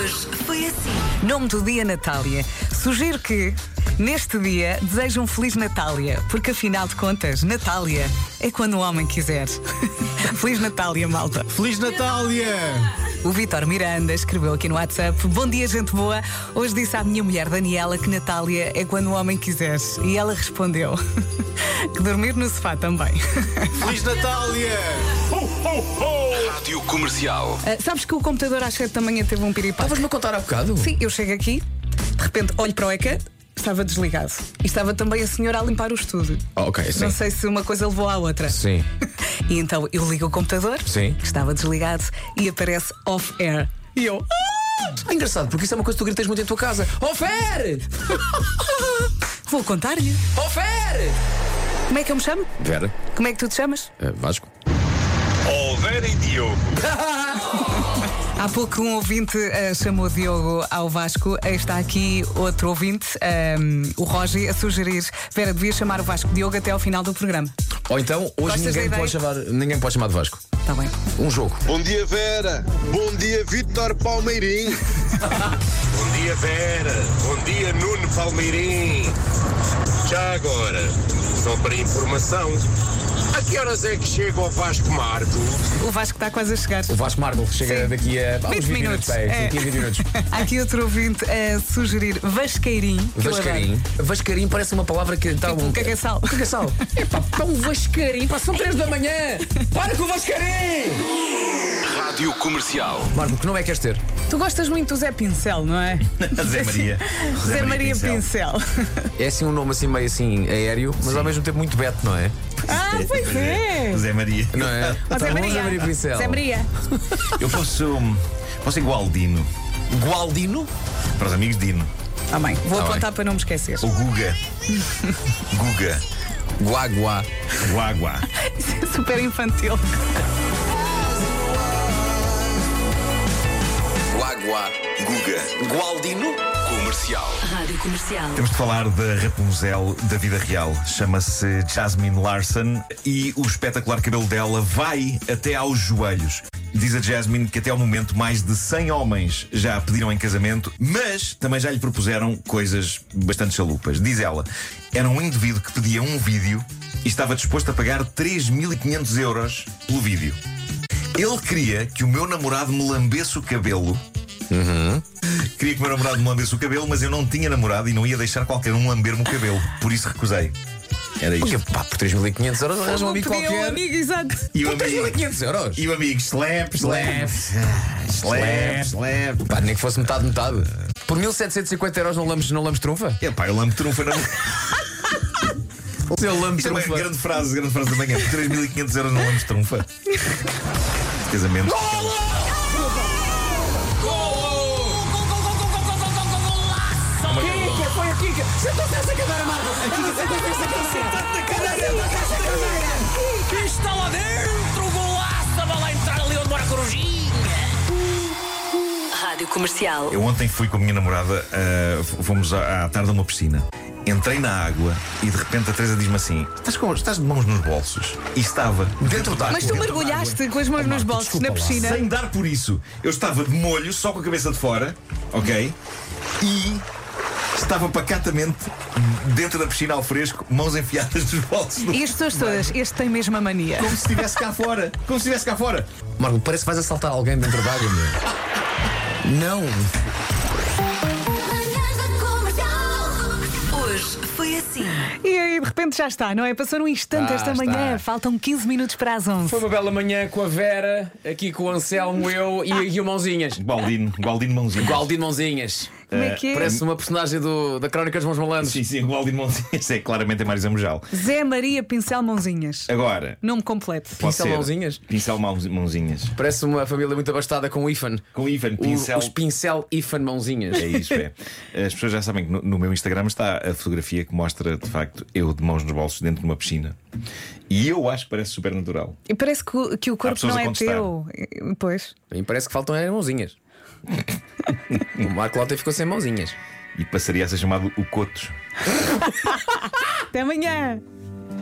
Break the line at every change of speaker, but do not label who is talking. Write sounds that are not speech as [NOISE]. é assim. Nome do dia, Natália. Sugiro que, neste dia, deseje um Feliz Natália, porque afinal de contas, Natália é quando o homem quiser. [LAUGHS] Feliz Natália, malta.
Feliz Natália!
O Vitor Miranda escreveu aqui no WhatsApp: Bom dia, gente boa. Hoje disse à minha mulher Daniela que Natália é quando o homem quiser. E ela respondeu: [LAUGHS] Que dormir no sofá também. [LAUGHS]
Feliz Natália!
Rádio Comercial.
Ah, sabes que o computador às 7 da manhã teve um piripaque?
Estavas-me a contar há bocado?
Sim, eu chego aqui, de repente olho para o ECA, estava desligado. E estava também a senhora a limpar o estúdio.
Ah, ok, sim.
Não sei se uma coisa levou à outra.
Sim.
[LAUGHS] E então eu ligo o computador,
Sim.
que estava desligado, e aparece off-air. E eu.
Ah, engraçado, porque isso é uma coisa que tu gritas muito em tua casa. Ofer!
Vou contar-lhe.
Ofer!
Como é que eu me chamo?
Vera,
Como é que tu te chamas?
eh, Vasco.
Oliveira e Diogo.
Há pouco um ouvinte ah, chamou Diogo ao Vasco. Ah, Está aqui outro ouvinte, ahm, o Roger, a sugerir. Vera, devia chamar o Vasco Diogo até ao final do programa.
Ou então, hoje
Gostas da
ninguém
ideia?
pode, chamar, ninguém pode chamar de Vasco.
Está Tá bem.
Um jogo.
Bom dia, Vera. Bom dia, Vítor Palmeirim.
[LAUGHS] Bom dia, Vera. Bom dia, Nuno Palmeirim. Já agora, só para informação, a que horas é que chega o Vasco Marco?
O Vasco está quase a chegar.
O Vasco Marvel chega
Sim.
daqui a ah, uns
20 minutos.
é,
É.
15, 20 minutos.
[LAUGHS] Há aqui outro ouvinte a sugerir Vasqueirinho. que eu adoro.
Vascarim. Vascarim parece uma palavra que está
Tipo um
[LAUGHS]
cagaçal.
Cagaçal. Epá, pá, um Vascarim. Pá, são 3 da manhã. Para com o Vascarim!
Rádio Comercial.
Marco, que não é que queres ter?
Tu gostas muito do Zé Pincel, não é?
Zé
[LAUGHS]
Maria.
Zé Maria Pincel.
É assim um nome assim meio assim aéreo, mas ao mesmo tempo muito beto, não é?
Ah, pois é!
Zé Maria.
Não é?
Ó,
Tá bom, Zé Maria Pincel.
Zé Maria.
Eu posso. Posso igual Dino.
Gualdino?
Para os amigos Dino.
Tá bem, vou
Tá
apontar para não me esquecer.
Uh.
O
[LAUGHS]
Guga. Guga.
Guaguá.
Guagua.
Isso [LAUGHS] é super infantil.
Guaguá.
Guga.
Gualdino?
Comercial.
Rádio Comercial.
Temos de falar da Rapunzel da vida real. Chama-se Jasmine Larson e o espetacular cabelo dela vai até aos joelhos. Diz a Jasmine que até ao momento mais de 100 homens já a pediram em casamento, mas também já lhe propuseram coisas bastante chalupas. Diz ela, era um indivíduo que pedia um vídeo e estava disposto a pagar 3.500 euros pelo vídeo. Ele queria que o meu namorado me lambesse o cabelo Uhum. Queria que o meu namorado me lambesse o cabelo, mas eu não tinha namorado e não ia deixar qualquer um lamber-me o cabelo. Por isso recusei. Era
Porque,
isto.
pá, por 3.500 euros arranja um
Não
amigo
podia um
qualquer.
amigo, exato.
E o
Por 3.500 euros?
E o amigo, slap, slap, slap, slap.
Pá, nem que fosse metade, metade. Por 1.750 euros não lamos, não lamos trunfa?
Epá, eu lambo trunfa. Não...
Eu lamo
Isto é uma
trunfa.
grande frase, grande frase da manhã. Por 3.500 euros não lambes trunfa. Casamento.
Está lá dentro, golaço, vai lá entrar ali onde mora a corujinha.
Rádio Comercial.
Eu ontem fui com a minha namorada, ah, f- fomos à, à tarde a uma piscina. Entrei na água e de repente a Teresa diz-me assim: estás, com, estás de mãos nos bolsos? E estava dentro da água.
Mas tu né? mergulhaste com as mãos nos bolsos na piscina.
Sem dar por isso. Eu estava de molho, só com a cabeça de fora, ok? E estava pacatamente dentro da piscina ao fresco, mãos enfiadas nos bolsos. do-
E as pessoas todas, este tem mesmo a mania.
Como se estivesse cá fora. Como se estivesse cá fora.
Marco, parece que vais assaltar alguém dentro da água, meu. [LAUGHS] Não.
Hoje foi assim.
E aí, de repente já está, não é? Passou num instante
Ah,
esta
está.
manhã, faltam 15 minutos para as 11.
Foi uma bela manhã com a Vera, aqui com o Anselmo, eu e, e o Mãozinhas.
Gualdino, Gualdino mãozinho.
Galdino Mãozinhas.
Como é que é?
Parece uma personagem do, da Crónica dos Mãos Malandros.
Sim, sim, Gualdino mãozinho. Isso é claramente a Mário Zamujal.
Zé Maria Pincel Mãozinhas.
Agora.
Nome completo.
É. pode
Pincel
ser.
mãozinhas?
Pincel mãozi- mãozinhas.
Parece uma família muito abastada com o é? Ifan.
Com Ivan,
O-
pincel.
Os pincel Ifan Mãozinhas.
É isso, é. As pessoas já sabem que no, no meu Instagram está a fotografia que mostra, de facto, eu de mãos nos bolsos dentro de uma piscina. E eu acho que parece super natural.
E parece que o, que o corpo
pessoas
não
a
é
contestar.
teu. E- Pois.
A mim parece que faltam é
[LAUGHS]
mãozinhas. o Marco Lota ficou sem mãozinhas.
E passaria a ser chamado o Cotos.
Até amanhã!